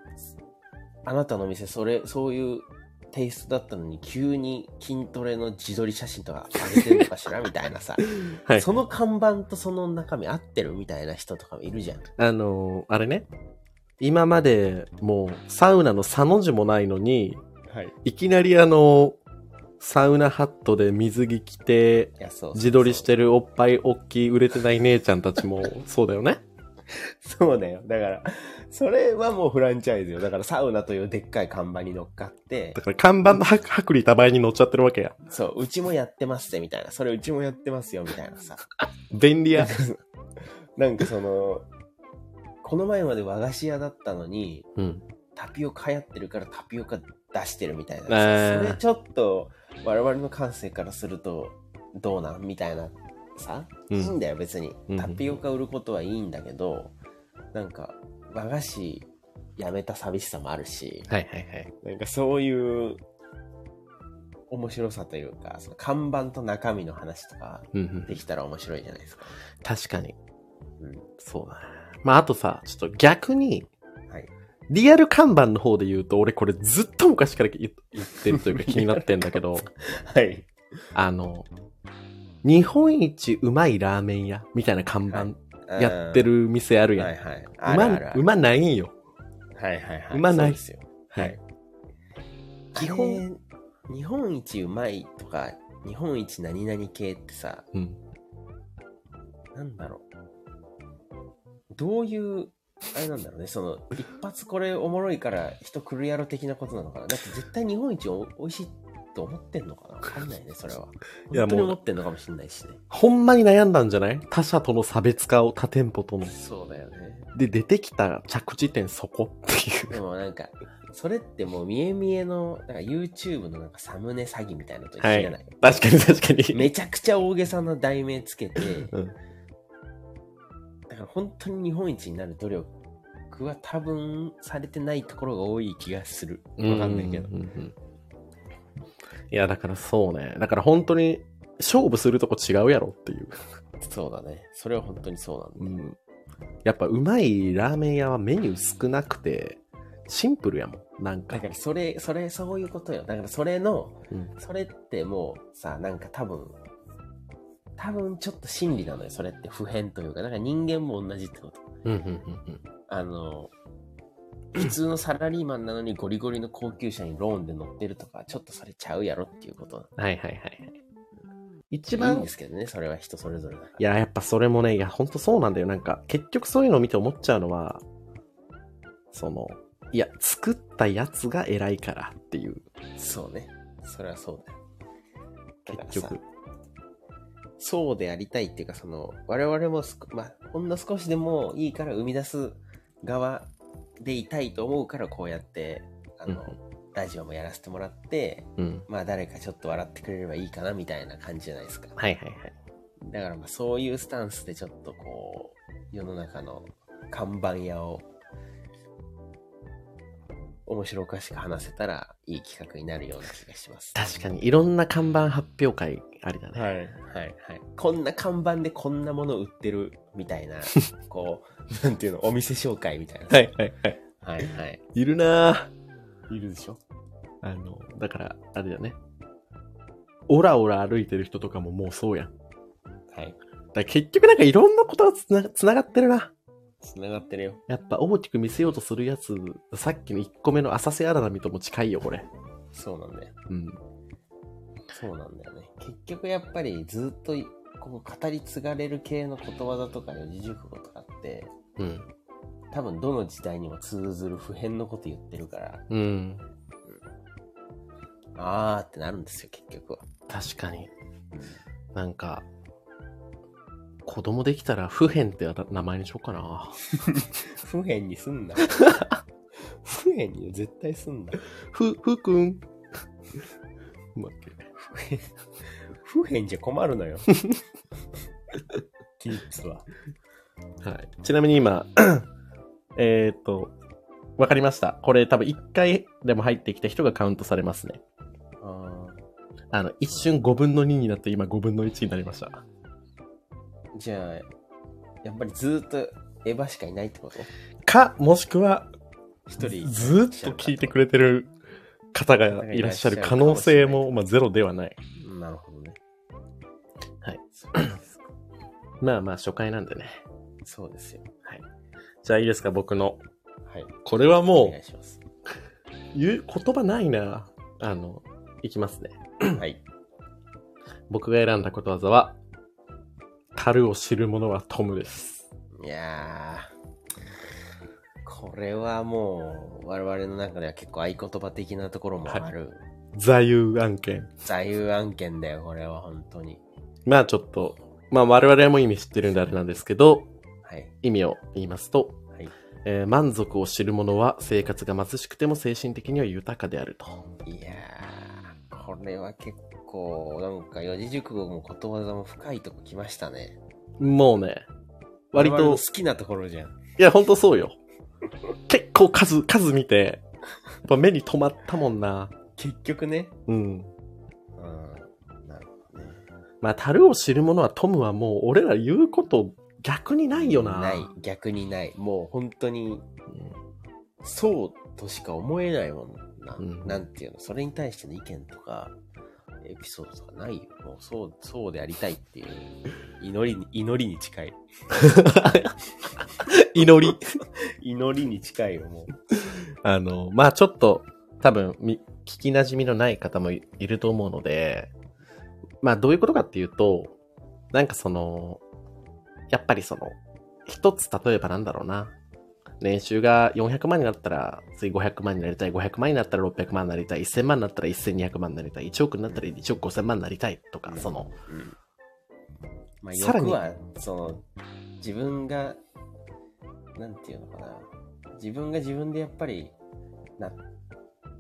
S2: あなたの店、それ、そういうテイストだったのに急に筋トレの自撮り写真とか上げてるの かしらみたいなさ、
S1: はい。
S2: その看板とその中身合ってるみたいな人とかもいるじゃん。
S1: あのーあれね。今までもうサウナのサの字もないのに、
S2: はい。い
S1: いきなりあのーサウナハットで水着着て、
S2: や、そうそうそう
S1: 自撮りし。てるおっぱいおっきい売れてない姉ちゃんたちもそうだよね。
S2: そうだよ。だから、それはもうフランチャイズよ。だからサウナというでっかい看板に乗っかって
S1: だ、から看板の薄薄利多売に乗っちゃってるわけや。
S2: そう、うちもやってますってみたいな、それうちもやってますよみたいなさ。
S1: 便利や。
S2: なんかその、この前まで和菓子屋だったのに、
S1: うん。
S2: タピオカ流行ってるからタピオカ出してるみたいな
S1: え
S2: さ。
S1: ー
S2: それちょっと我々の感性からするとどうなんみたいなさ。
S1: う
S2: いいん
S1: ん。
S2: だよ別に
S1: うん。
S2: タピオカ売ることはいいんだけど、なんか和菓子やめた寂しさもあるし、
S1: はいはいはい。
S2: なんかそういう面白さというか、その看板と中身の話とか
S1: うんうん
S2: で、きたら面白いじゃないですか。
S1: 確かに。
S2: うん
S1: そうだな。まああとさ、ちょっと逆に、
S2: はい。
S1: リアル看板の方で言うと、俺これずっと昔から言言ってるというか気になってんだけ ど、
S2: はい。
S1: あの、日本一うまいラーメン屋みたいな看板やってる店ある
S2: うん。
S1: や
S2: はい
S1: ん。
S2: はい。
S1: う
S2: ある
S1: ま
S2: あるある
S1: うまないんよ。
S2: はいはいはい。
S1: うまない
S2: そうですよ。はい。基
S1: 基本、
S2: 本、日本一うまいとか、日本一何々系ってさ、
S1: うん。
S2: なんだろう。どういう、あれなんだろうね、その、一発これおもろいから人来るやろ的なことなのかな。だって絶対日本一お美味しいと思ってんのかなわかんないね、それは。
S1: いや
S2: 本当に
S1: もう
S2: 思ってんのかもしれないしね。
S1: ほんまに悩んだんじゃない他社との差別化を他店舗との。
S2: そうだよね。
S1: で、出てきた着地点そこってい
S2: で
S1: う。
S2: もなんか、それってもう見え見えの、なんか YouTube のなんかサムネ詐欺みたいなのと一緒じゃない、
S1: 確かに確かに。
S2: めちゃくちゃ大げさな題名つけて、
S1: うん
S2: だから本当に日本一になる努力は多分されてないところが多い気がする。わかんないけど
S1: う。ううんうんいや、だからそうね。だから本当に勝負するとこ違うやろっていう。
S2: そうだね。それは本当にそうなんだ。
S1: うん、やっぱうまいラーメン屋はメニュー少なくて、シンプルやもん。なんか
S2: だか。らそれ、それ、そういうことよ。だからそれの、
S1: うん
S2: それってもうさ、なんか多分、多分ちょっと真理なのよ。それって普遍というか、なんか人間も同じってこと。
S1: うんうんうん
S2: あの、普通のサラリーマンなのにゴリゴリの高級車にローンで乗ってるとか、ちょっとそれちゃうやろっていうこと。
S1: うん。はいはいはい。一
S2: いいん
S1: 番
S2: で、すけどね、それは人それぞれだから
S1: いや、やっぱそれもね、いや、ほんとそうなんだよ。なんか、結局そういうのを見て思っちゃうのは、その、いや、作ったやつが偉いからっていう、
S2: そうね。それはそうだよ。だから
S1: 結局
S2: さ。そうでありたいっていうか、その、我々もすこ、まあ、ほんの少しでもいいから生み出す側でいたいと思うから、こうやって、あの、
S1: うん
S2: ラジオもやらせてもらって、
S1: うん。
S2: まあ、誰かちょっと笑ってくれればいいかな、みたいな感じじゃないですか。
S1: はいはいはい。
S2: だからまあそういうスタンスでちょっとこう世の中の看板屋を面白おかしく話せたらいい企画になるような気がします。
S1: 確かに、いろんな看板発表会ありだね。
S2: はいはいはい。こんな看板でこんなもの売ってるみたいな、こう、なんていうの、お店紹介みたいな。
S1: いはいはい。
S2: はいはい。
S1: いるなぁ。
S2: いるでしょ
S1: あの、だから、あれだよね。オラオラ歩いてる人とかももうそうやん。だ
S2: はい。
S1: から結局なんかいろんなことがつなつながってるな。
S2: つながってるよ。
S1: やっぱ大きく見せようとするやつ、さっきの1個目の浅瀬荒波とも近いよ、これ。
S2: そうなんだよ。
S1: うん。
S2: そうなんだよね。結局やっぱりずっといこう語り継がれる系のことわざとか四字熟語とかって、
S1: うん。
S2: 多分どの時代にも通ずる普遍のこと言ってるから、
S1: うん。
S2: あーってなるんですよ、結局は。
S1: 確かに。なんか、子供できたら、不変って名前にしようかな。
S2: 不遍にす んな。不遍に絶対すんな。
S1: ふ、ふくん。うまっけ
S2: 不遍、不遍じゃ困るの よ。実は。
S1: はい。ちなみに今、 えーっと、わかりました。これ多分1回でも入ってきた人がカウントされますね。
S2: あ
S1: あの、一瞬5分の2になって今5分の1になりました。
S2: ーじゃあ、やっぱりずーっとエヴァしかいないってこと
S1: か、もしくは、
S2: 一人。
S1: ずーっと聞いてくれてる方がいらっしゃる可能性も、まあ、ゼロではない。
S2: なるほどね。
S1: はい。
S2: そうですか
S1: まあまあ、初回なんでね。
S2: そうですよ。
S1: はい。じゃあいいですか、僕の。
S2: はい。
S1: これは
S2: お
S1: も
S2: 願いします。
S1: う、言う言葉ないな。あの、いきますね。
S2: はい。
S1: 僕が選んだことわざは、樽を知る者はトムです。
S2: いやー、これはもう、我々の中では結構合言葉的なところもある、
S1: 座右案件。
S2: 座右案件だよ、これは本当に。
S1: まあちょっと、まあ我々も意味知ってるんであれなんですけど、
S2: はい。
S1: 意味を言いますと、
S2: はい。
S1: えー満足を知る者は生活が貧しくても精神的には豊かであると。
S2: いやー、これは結構、なんか四字熟語もことわざも深いとこ来ましたね。
S1: もうね、割
S2: 我々の
S1: と
S2: 好、きなところじゃん。
S1: いやほんとそうよ。 結構数、数見て、やっぱ目に留まったもんな。
S2: 結局ね。
S1: うん。
S2: うん。なるほどね。
S1: まあ、樽を知る者はトムはもう俺ら言うこと逆にないよな。
S2: ない。逆にない。もう本当に、そうとしか思えないもんな。
S1: うん
S2: なんていうの、それに対しての意見とか、エピソードとかないよ。もうそう、そうでありたいっていう、祈りに、祈りに 近い。
S1: 祈り。
S2: 祈りに近いよ、も
S1: あの、まあちょっと多分み聞き馴染みのない方もいいると思うので、まあどういうことかっていうと、なんかその、やっぱりその、一つ例えばなんだろうな。年収が400万になったら、次500万になりたい、500万になったら600万になりたい、1000万になったら1200万になりたい、1億になったら1億5000万になりたいとか、
S2: うん
S1: その、
S2: う。うん。まあ、
S1: さらに
S2: 欲は、その、自分が、なんていうのかな。自分が自分でやっぱり、納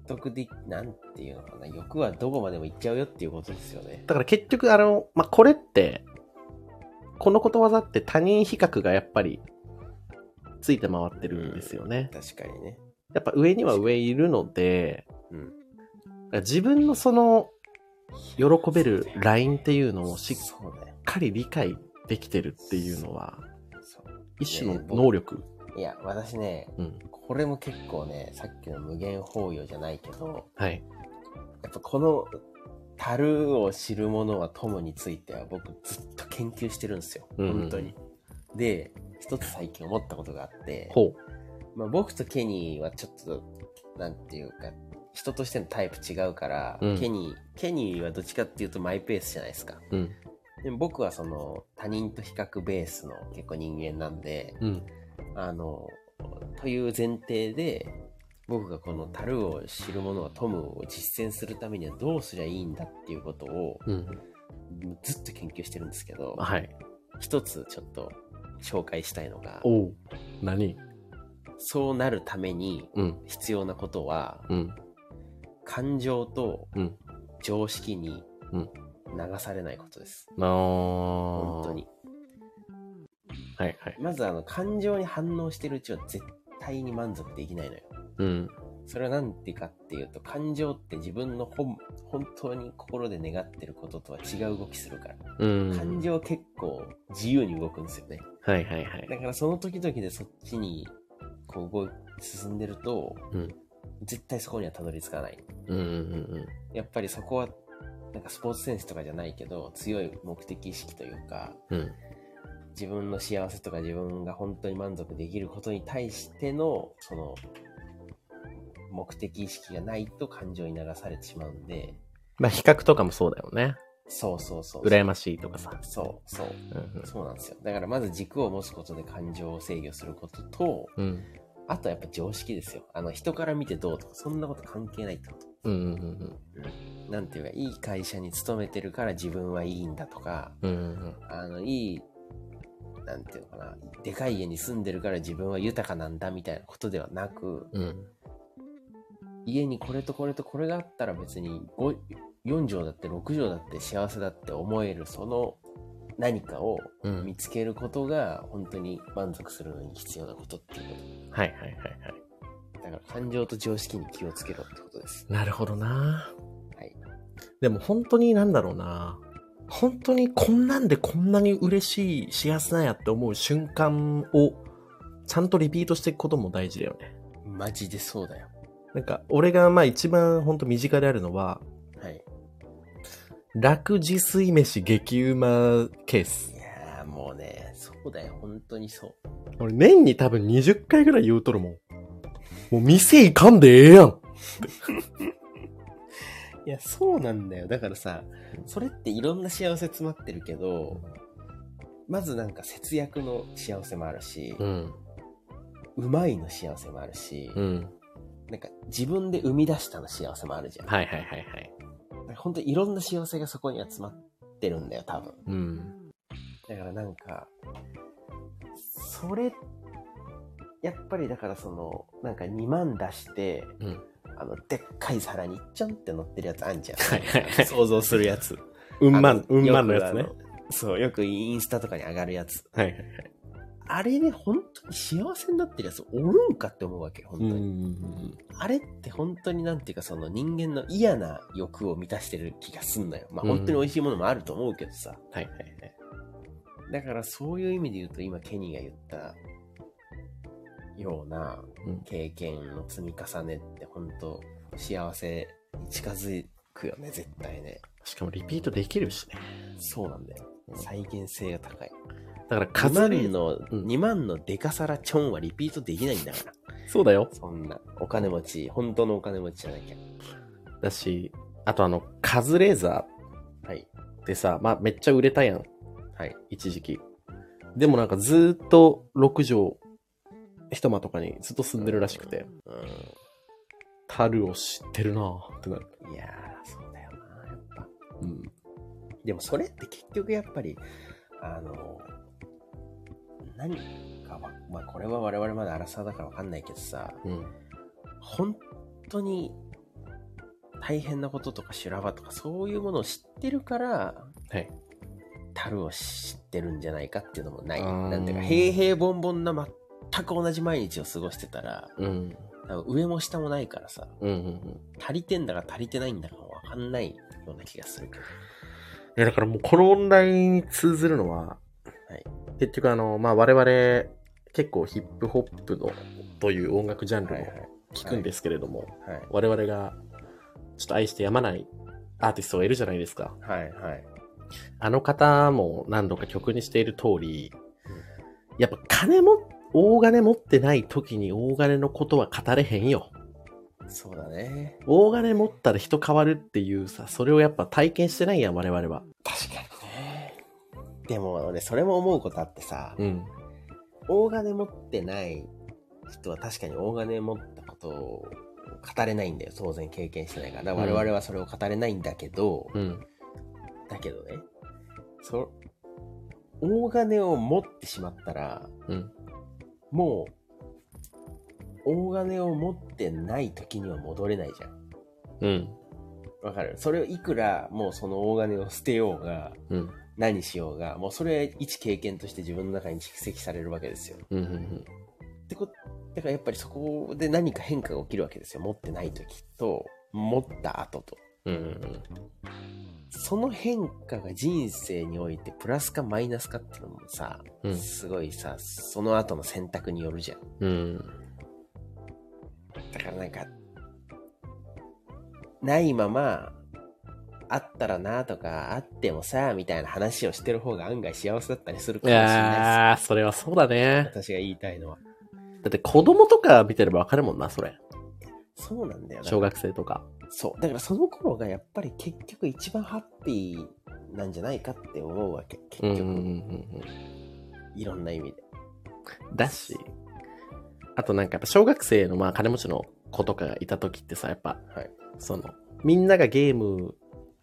S2: 得でき、なんていうのかな。欲はどこまでも行っちゃうよっていうことですよね。
S1: だから結局、あの、まあ、これって、このことわざって他人比較がやっぱりついて回ってるんですよね。
S2: 確かにね。
S1: やっぱ上には上いるので、
S2: うん。
S1: 自分のその喜べるラインっていうのをしっ
S2: そうだよ。
S1: かり理解できてるっていうのは、
S2: そ
S1: 一種の能力。
S2: ういや、私ね、
S1: うん。
S2: これも結構ね、さっきの無限法要じゃないけど、
S1: はい。
S2: やっぱこの、樽を知る者は友については僕ずっと研究してるんですよ。
S1: うん
S2: 本当に。で、一つ最近思ったことがあって、
S1: ほ
S2: まあ、僕とケニーはちょっと、なんていうか、人としてのタイプ違うから、
S1: うん
S2: ケニー、ケニーはどっちかっていうとマイペースじゃないですか。
S1: う。うん。
S2: でも僕はその他人と比較ベースの結構人間なんで、
S1: うん。
S2: あの、という前提で、僕がこの樽を知る者はトムを実践するためにはどうすりゃいいんだっていうことを
S1: うん。
S2: ずっと研究してるんですけど、
S1: はい。
S2: 一つちょっと紹介したいのが、
S1: おう。何
S2: そうなるために
S1: うん。
S2: 必要なことは、
S1: うん。
S2: 感情と
S1: うん
S2: 常識に
S1: うん
S2: 流されないことです。
S1: な
S2: 本
S1: 本
S2: 当。に。
S1: はいはい。
S2: まずあの感情に反応してるうちは絶対に満足できないのよ。
S1: うん。
S2: それは何てかっていうと感情って自分の本本当に心で願ってることとは違う動きするから
S1: うん。
S2: 感情は結構自由に動くんですよね
S1: はいはいはい。
S2: だからその時々でそっちにこう動い進んでると、
S1: うん
S2: 絶対そこにはたどり着かない
S1: うんうん
S2: やっぱりそこはなんかスポーツ選手とかじゃないけど強い目的意識というか
S1: うん。うん。
S2: 自分の幸せとか自分が本当に満足できることに対してのその目的意識がないと感情に流されてしまうんで
S1: まあ比較とかもそうだよね。
S2: そうそうそう
S1: 羨ましいとかさ。
S2: そうそう
S1: うん
S2: そうなんですよだからまず軸を持つことで感情を制御することと
S1: うん。
S2: あとはやっぱ常識ですよあの人から見てどうとかそんなこと関係ないってこと
S1: うんうん
S2: なんていうかいい会社に勤めてるから自分はいいんだとか
S1: うんうん。うん
S2: あの、いい、なんていうのかな、でかい家に住んでるから自分は豊かなんだみたいなことではなく、
S1: うんうん。
S2: 家にこれとこれとこれがあったら別にご4畳だって6畳だって幸せだって思えるその何かを
S1: うん
S2: 見つけることが本当に満足するのに必要なことっていうこ
S1: はいはいはいはい。
S2: と。だから感情と常識に気をつけろってことです。
S1: なるほどな。
S2: はい。
S1: でも本当になんだろうな。本当にこんなんでこんなに嬉しい、幸せなんやって思う瞬間をちゃんとリピートしていくことも大事だよね。
S2: マジでそうだよ。
S1: なんか、俺がまあ一番本当身近であるのは、
S2: はい。
S1: 楽自炊飯激うまケース
S2: い。やーもうね、そうだよ、本当にそう。
S1: 俺年に多分20回ぐらい言うとるもん。もう店行かんでええやん。
S2: いや、そうなんだよ。だからさ、それっていろんな幸せ詰まってるけど、まずなんか節約の幸せもあるし、
S1: ん。
S2: うまいの幸せもあるし、
S1: うん。
S2: なんか自分で生み出したの幸せもあるじゃん。
S1: はいはいはいはい。
S2: 本当にいろんな幸せがそこに集まってるんだよ、多分。
S1: うん。
S2: だからなんか、それ、やっぱりだからその、なんか2万出して、
S1: うん
S2: あの、でっかい皿にちょんって乗ってるやつあんじゃん。
S1: はいはいはい
S2: 想像するやつ。
S1: うんま
S2: あ
S1: ん、うんまんのやつ。ね
S2: よ。くあのそう、よくインスタとかに上がるやつ。
S1: はいはいはい。
S2: あれね、本当に幸せになってるやつおるんかって思うわけよ、本当
S1: う
S2: に。
S1: ん。
S2: あれって本当になんていうかその人間の嫌な欲を満たしてる気がすんのよ。まあ
S1: うん
S2: 本当に美味しいものもあると思うけどさ。
S1: はいはいはい。
S2: だからそういう意味で言うと今ケニーが言ったような
S1: うん
S2: 経験の積み重ねって本当幸せに近づくよね、絶対ね。
S1: しかもリピートできるしね。
S2: そうなんだよ。再現性が高い。
S1: だから
S2: 2
S1: 数
S2: 万
S1: るの。
S2: の、
S1: ん
S2: 2万のデカさらチョンはリピートできないんだから。
S1: そうだよ。
S2: そんな、お金持ち、本当のお金持ちじゃなきゃ。
S1: だし、あとあの、カズレーザ
S2: はい。
S1: ーってさ、まあめっちゃ売れたやん。
S2: はい。
S1: 一時期。でもなんかずーっと6畳一間とかにずっと住んでるらしくて、
S2: うん。
S1: 樽を知ってるなーってなる。
S2: いやー、そうだよな、やっぱ。
S1: うん。
S2: でもそれって結局やっぱり、あの、何かわ、まあこれは我々まだ荒沢だからわかんないけどさ、
S1: うん。
S2: 本当に大変なこととか修羅場とかそういうものを知ってるから、
S1: はい。
S2: 樽を知ってるんじゃないかっていうのもない。
S1: あー
S2: なんていうか、平々凡々な全く同じ毎日を過ごしてたら、
S1: うん。
S2: 多分上も下もないからさ、
S1: うんうんうん。
S2: 足りてんだか足りてないんだかもわかんないような気がするけど。
S1: いや、だからもうこの問題に通ずるのは、
S2: はい
S1: 結局あの、まあ、我々、結構ヒップホップのという音楽ジャンルを聞くんですけれども、
S2: はい。
S1: 我々がちょっと愛してやまないアーティストがいるじゃないですか。
S2: はいはい。
S1: あの方も何度か曲にしている通り、やっぱ金も、大金持ってない時に大金のことは語れへんよ。
S2: そうだね。
S1: 大金持ったら人変わるっていうさ、それをやっぱ体験してないやん、我々は。
S2: 確かにね。でも俺、それも思うことあってさ、
S1: うん。
S2: 大金持ってない人は確かに大金持ったことを語れないんだよ。当然経験してないから。だから我々はそれを語れないんだけど、
S1: うん。
S2: だけどね、そ、大金を持ってしまったら、
S1: うん。
S2: もう、大金を持ってない時には戻れないじゃん。
S1: うん。
S2: わかるそれをいくらもうその大金を捨てようが、
S1: うん。
S2: 何しようが、もうそれは一経験として自分の中に蓄積されるわけですよ。
S1: うん。うん。
S2: ってこと、だからやっぱりそこで何か変化が起きるわけですよ。持ってない時と、持った後と。
S1: うん。うん。
S2: その変化が人生においてプラスかマイナスかっていうのもさ、
S1: うん。
S2: すごいさ、その後の選択によるじゃん。
S1: うん。
S2: だからなんか、ないまま、あったらなとか、あってもさ、みたいな話をしてる方が案外幸せだったりするか
S1: い
S2: もしれない
S1: やー、それはそうだね。
S2: です。私が言いたいのは。
S1: だって子供とか見てればわかるもんな、それ。
S2: そうなんだよな
S1: 小学生とか。
S2: そうだからその頃がやっぱり結局一番ハッピーなんじゃないかって思うわけ結
S1: うんうん
S2: 局、
S1: うんうん
S2: いろんな意味で
S1: うん。だし、あとなんかやっぱ小学生のまあ金持ちの子とかがいた時ってさ、やっぱ、
S2: はい
S1: その、みんながゲーム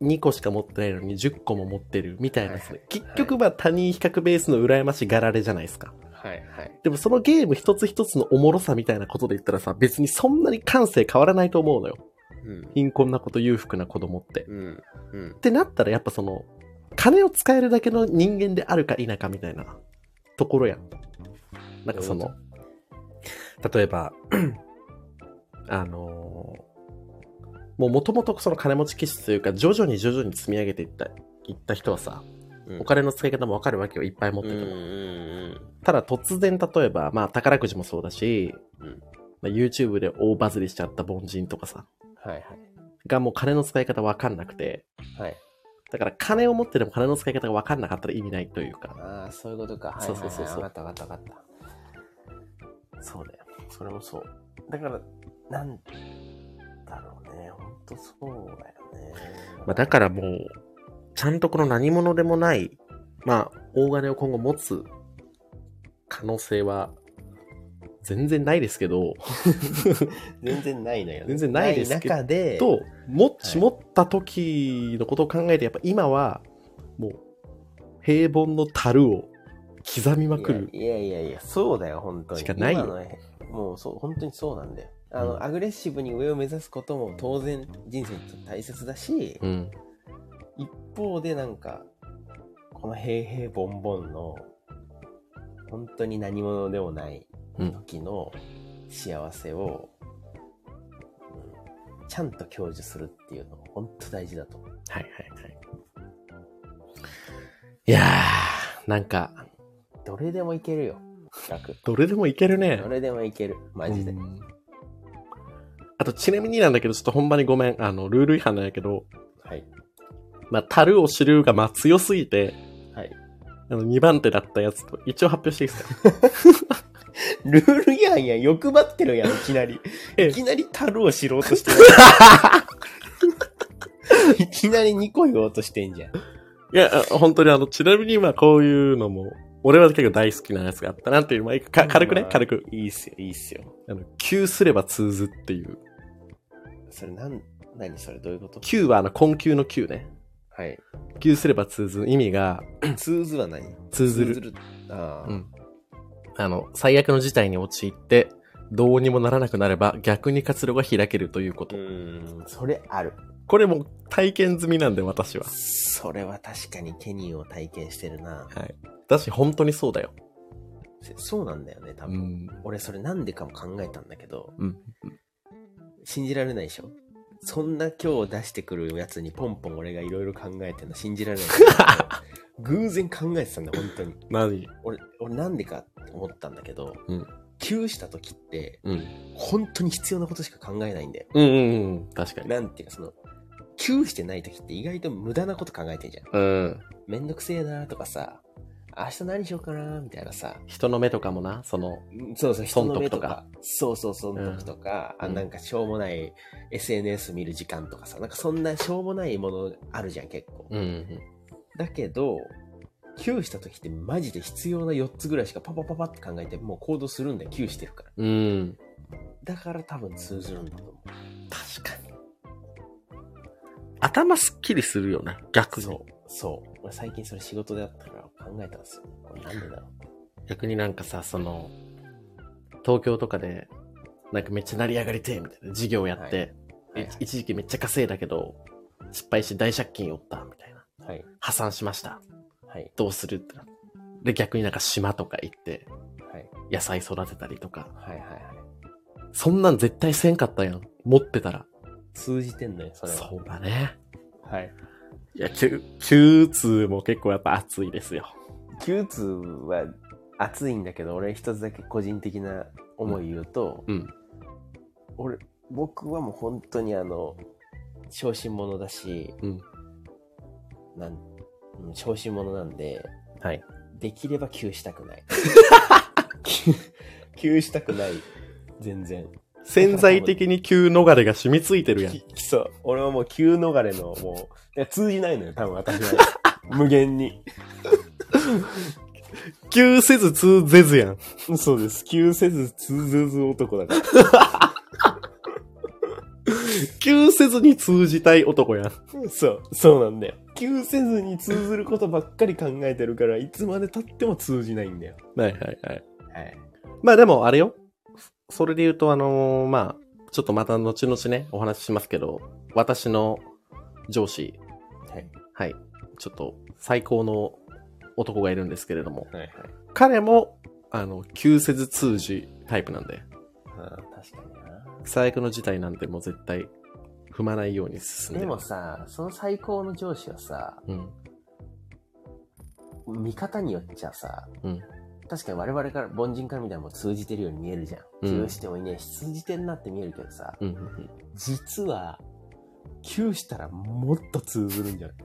S1: 2個しか持ってないのに10個も持ってるみたいな、
S2: はいはい
S1: 結局まあ他人比較ベースの羨ましがられじゃないですか。
S2: はいはい
S1: でもそのゲーム一つ一つのおもろさみたいなことで言ったらさ、別にそんなに感性変わらないと思うのよ。
S2: うん
S1: 貧困なこと裕福な子供って。
S2: うんうん
S1: ってなったらやっぱその金を使えるだけの人間であるか否かみたいなところやんなんかその例えば あのーもうもともとその金持ち気質というか徐々に徐々に積み上げていったいった人はさ
S2: うん
S1: お金の使い方もわかるわけよいっぱい持っ
S2: う
S1: て
S2: ん
S1: て
S2: う
S1: も、
S2: んうん
S1: ただ突然例えばまあ宝くじもそうだし、
S2: うん
S1: まあ YouTube で大バズりしちゃった凡人とかさ、
S2: はいはい。
S1: がもう金の使い方わかんなくて、
S2: はい。
S1: だから金を持ってでも金の使い方がわかんなかったら意味ないというか、
S2: ああ、そういうことか。はいはい
S1: そう
S2: はい、
S1: そうそうそう
S2: わかったわかったわかった。そうだよ。それもそう。だから、なんだろうね。ほんとそうだよね。
S1: まあ、だからもう、ちゃんとこの何者でもない、まあ、大金を今後持つ可能性は、全然ないですけど、
S2: 全然ないのよ、ね。
S1: 全然ないですけど
S2: 中で、
S1: と、持
S2: は
S1: ち
S2: い
S1: 持った時のことを考えて、やっぱ今は、もう、平凡の樽を刻みまくる。
S2: いやいやいやいや、そうだよ、本当に。
S1: しかないよ
S2: 今のねもうそう、本当にそうなんだよ。あの、
S1: うん
S2: アグレッシブに上を目指すことも当然人生にとって大切だし、
S1: うん。
S2: 一方でなんか、この平々ボンボンの、本当に何者でもない
S1: うん。
S2: 時の幸せを、うんちゃんと享受するっていうのは本当大事だと思う。
S1: はいはいはい。いやー、なんか、
S2: どれでもいけるよ、楽。
S1: どれでもいけるね。
S2: どれでもいける、マジで。
S1: うんあと、ちなみになんだけど、ちょっと本番にごめん。あの、ルール違反なんやけど、
S2: はい。
S1: まあ、樽を知るが、まあ、強すぎて、
S2: はい。
S1: あの、2番手だったやつと、一応発表していいですか
S2: ルール違反やん、欲張って るやん、いきなり。
S1: ええ
S2: いきなり樽を知ろう としてる。いきなり2個言おうとしてんじゃん。
S1: いや、あ本当にあの、ちなみに今こういうのも、俺は結構大好きなやつがあったなっていう、まあ、か軽くね
S2: ま、あ
S1: 軽く。。
S2: いいっすよ、いいっすよ。
S1: あの、Q すれば通ずっていう。
S2: それなん、何それ、どういうこと
S1: Q はあの、困窮の Q ね。
S2: はい。
S1: Q すれば通ずの意味が、
S2: 通ずは何
S1: 通ずる。
S2: ああ、
S1: うん。あの、最悪の事態に陥って、どうにもならなくなれば、逆に活路が開けるということ。
S2: ーん、それある。
S1: これもう体験済みなんで、私は。
S2: それは確かにケニーを体験してる
S1: は
S2: な。
S1: い。だし、本当にそうだよ。
S2: せそうなんだよね、多
S1: う
S2: 分。
S1: ん。
S2: 俺、それなんでかも考えたんだけど、
S1: うん。
S2: 信じられないでしょそんな今日出してくるやつにポンポン俺がいろいろ考えてるの信 じられないけど偶然考えてたんだ本当に
S1: 何
S2: 俺俺なんでかって思ったんだけど、
S1: うん
S2: 急した時って
S1: うん。
S2: 本当に必要なことしか考えないんだよ
S1: うんうんうん。確かに。
S2: なんていうかその急してない時って意外と無駄なこと考えてんじゃん
S1: うん。
S2: めんどくせえなとかさ明日何しようかなみたいなさ
S1: 人の目とかもな、その、
S2: そうそう、人の目と
S1: 損
S2: か、そうそう、損得とか、
S1: うん
S2: あ、なんかしょうもない SNS 見る時間とかさ、なんかそんなしょうもないものあるじゃん、結構。
S1: うん。
S2: だけど、Q した時ってマジで必要な4つぐらいしかパパパパって考えて、もう行動するんだよ、Q してるから。
S1: うん。
S2: だから多分通じるんだと思
S1: 確かに。頭すっきりするよね。逆
S2: う。
S1: に。
S2: そう。そう。俺最近それ仕事であったから考えたんですよ。これなんでだろ
S1: 逆になんかさ、その、東京とかで、なんかめっちゃ成り上がりてえみたいな事業やって、
S2: う。はい
S1: い一時期めっちゃ稼いだけど、失敗して大借金負った、みたいな。
S2: はい。
S1: 破産しました。
S2: はい。
S1: どうするってなで、逆になんか島とか行って、
S2: はい。
S1: 野菜育てたりとか。
S2: はい。はい。はい。
S1: そんなん絶対せんかったやん。持ってたら。
S2: 通じてんのよ、それは。
S1: そうだね。
S2: はい。
S1: いや、Q、Q 通も結構やっぱ熱いですよ。
S2: Q 通は熱いんだけど俺一つだけ個人的な思い言うと、
S1: うん。
S2: 俺僕はもう本当にあの小心者だし、
S1: うん
S2: なんうん小心者なんで
S1: はい。
S2: できれば Q したく ない Q- Q したくない全然
S1: 潜在的に Q 逃れが染みついてる やん。
S2: きそう俺はもう Q 逃れのもういや通じないのよ多分 私は無限に
S1: Q せず通ぜずやん。
S2: そうです Q せず通ずず男だから
S1: Q せずに通じたい男やん。
S2: そう、そうなんだよ。急せずに通ずることばっかり考えてるから、いつまで経っても通じないんだよ。
S1: はいはいはい。
S2: はい。
S1: まあでも、あれよ。それで言うと、あのーまあ、ちょっとまた後々ね、お話ししますけど、私の上司、
S2: はい。
S1: はい、ちょっと最高の男がいるんですけれども、
S2: はいはい。
S1: 彼も、あの、急せず通じタイプなんで、
S2: ああ、確かにな。
S1: 最悪の事態なんてもう絶対踏まないように進ん
S2: で
S1: で
S2: も
S1: ます。
S2: さ、その最高の上司はさ、
S1: うん。
S2: 見方によっちゃさ、
S1: うん
S2: 確かに我々から、凡人から見たらもう通じてるように見えるじゃん。
S1: うん
S2: 給してもいねえし、通じてんなって見えるけどさ、
S1: うんうんうん
S2: 実は、給したらもっと通ずるんじゃない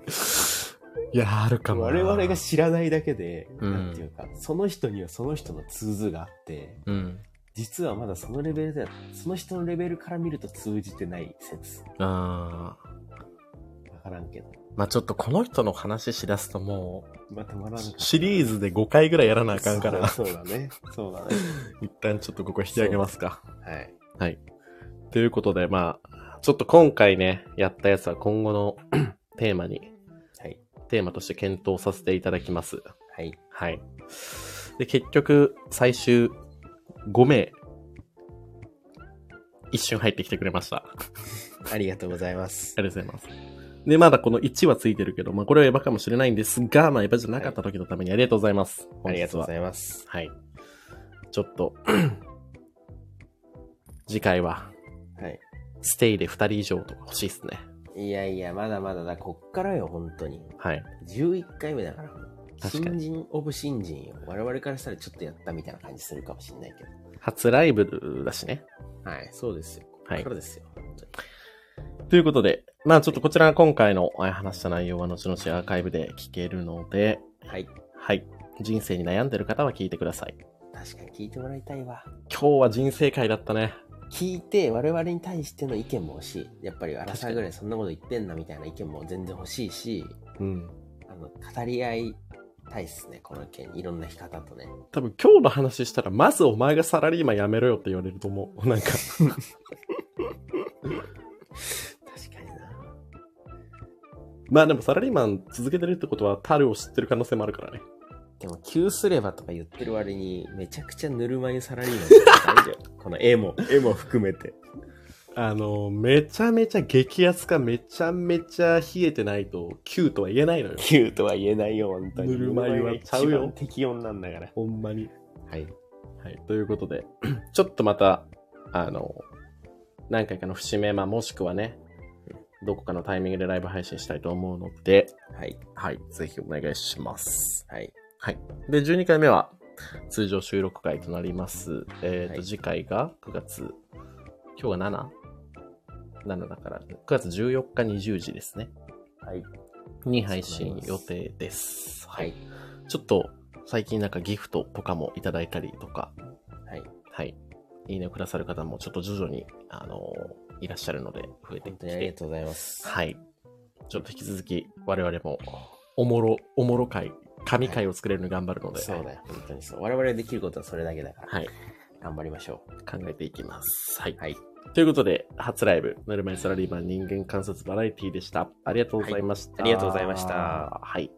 S1: いや、あるかもな。
S2: 我々が知らないだけで、
S1: うん
S2: なんていうか、その人にはその人の通ずがあって、
S1: うん。
S2: 実はまだそのレベルでは、その人のレベルから見ると通じてない説。
S1: ああ。
S2: わからんけど。
S1: まあちょっとこの人の話しだすとも
S2: まあ、たまら
S1: う、
S2: んか。
S1: シリーズで5回ぐらいやらなあ
S2: あ
S1: かんから、
S2: そうだね。そうだね。
S1: 一旦ちょっとここ引き上げますか。
S2: はい。
S1: ということで、まあちょっと今回ね、やったやつは今後の テーマに、
S2: はい。
S1: テーマとして検討させていただきます。
S2: はい。
S1: はい。で、結局、最終5名、一瞬入ってきてくれました。
S2: ありがとうございます。
S1: ありがとうございます。で、まだこの1はついてるけど、まあ、これはエヴァかもしれないんですが、まあ、エヴァじゃなかった時のためにありがとうございます。
S2: ありがとうご
S1: い
S2: ざいます。
S1: ます。はい。ちょっと、 次回は、
S2: はい。
S1: ステイで2人以上とか欲しいですね。
S2: いやいや、まだまだだ、こっからよ、本当に。
S1: はい。
S2: 11回目だから。
S1: 確か
S2: 新
S1: に
S2: 人オブ新人よ。我々からしたらちょっとやったみたいな感じするかもしれないけど。
S1: 初ライブだしね。
S2: はい、そうですよ。
S1: はい
S2: ここからですよ。本当に
S1: ということで、まあちょっとこちらが今回のえー話した内容は後々アーカイブで聞けるので、
S2: はい。
S1: はい。人生に悩んでる方は聞いてください。
S2: 確かに聞いてもらいたいわ。
S1: 今日は人生会だったね。
S2: 聞いて、我々に対しての意見も欲しい。やっぱり、あらさぐらいそんなこと言ってんなみたいな意見も全然欲しいし、
S1: うん。
S2: あの、語り合いたいっすね、この件。いろんな生き方とね。
S1: 多分今日の話したら、まずお前がサラリーマン辞めろよって言われると思う。なんか、
S2: 確かにな。
S1: まあでもサラリーマン続けてるってことは、タルを知ってる可能性もあるからね。
S2: でも、急すればとか言ってる割に、めちゃくちゃぬるま湯サラリーマンだから大 丈夫。この絵も、絵も含めて。
S1: あの、めちゃめちゃ激安か、めちゃめちゃ冷えてないと、9とは言えないのよ。
S2: 急とは言えないよ、本当に。
S1: ぬるま湯はちゃうよ
S2: ぬるま湯が一番適温なんだから。
S1: ほんまに。
S2: はい。
S1: はい。ということで、 ちょっとまた、あの、何回かの節目、まあもしくはね、どこかのタイミングでライブ配信したいと思うので、
S2: はい。
S1: はい、ぜひお願いします。
S2: はい。
S1: で、12回目は通常収録回となります。えっ、と、
S2: はい
S1: 次回が9月、今日が 7?7 だから、9月14日20時ですね。
S2: はい。
S1: に配信予定です。は
S2: はいい。。
S1: ちょっと、最近なんかギフトとかもいただいたりとか、
S2: はい。
S1: はい。いいねをくださる方もちょっと徐々に、あのーいらっしゃるので、増えて
S2: 本
S1: き
S2: 当にあり
S1: て
S2: がとうございます。
S1: はい。ちょっと引き続き、我々も、おもろ、おもろ会、神会を作れるのに頑張るので、
S2: そうだよ、本当にそう。我々ができることはそれだけだから、
S1: はい。
S2: 頑張りましょ
S1: 考えていきます。はい。
S2: う。はい。
S1: ということで、初ライブ、ぬるま湯サラリーマン人間観察バラエティでした。ありがとうございました。
S2: はいありがとうございました
S1: はい。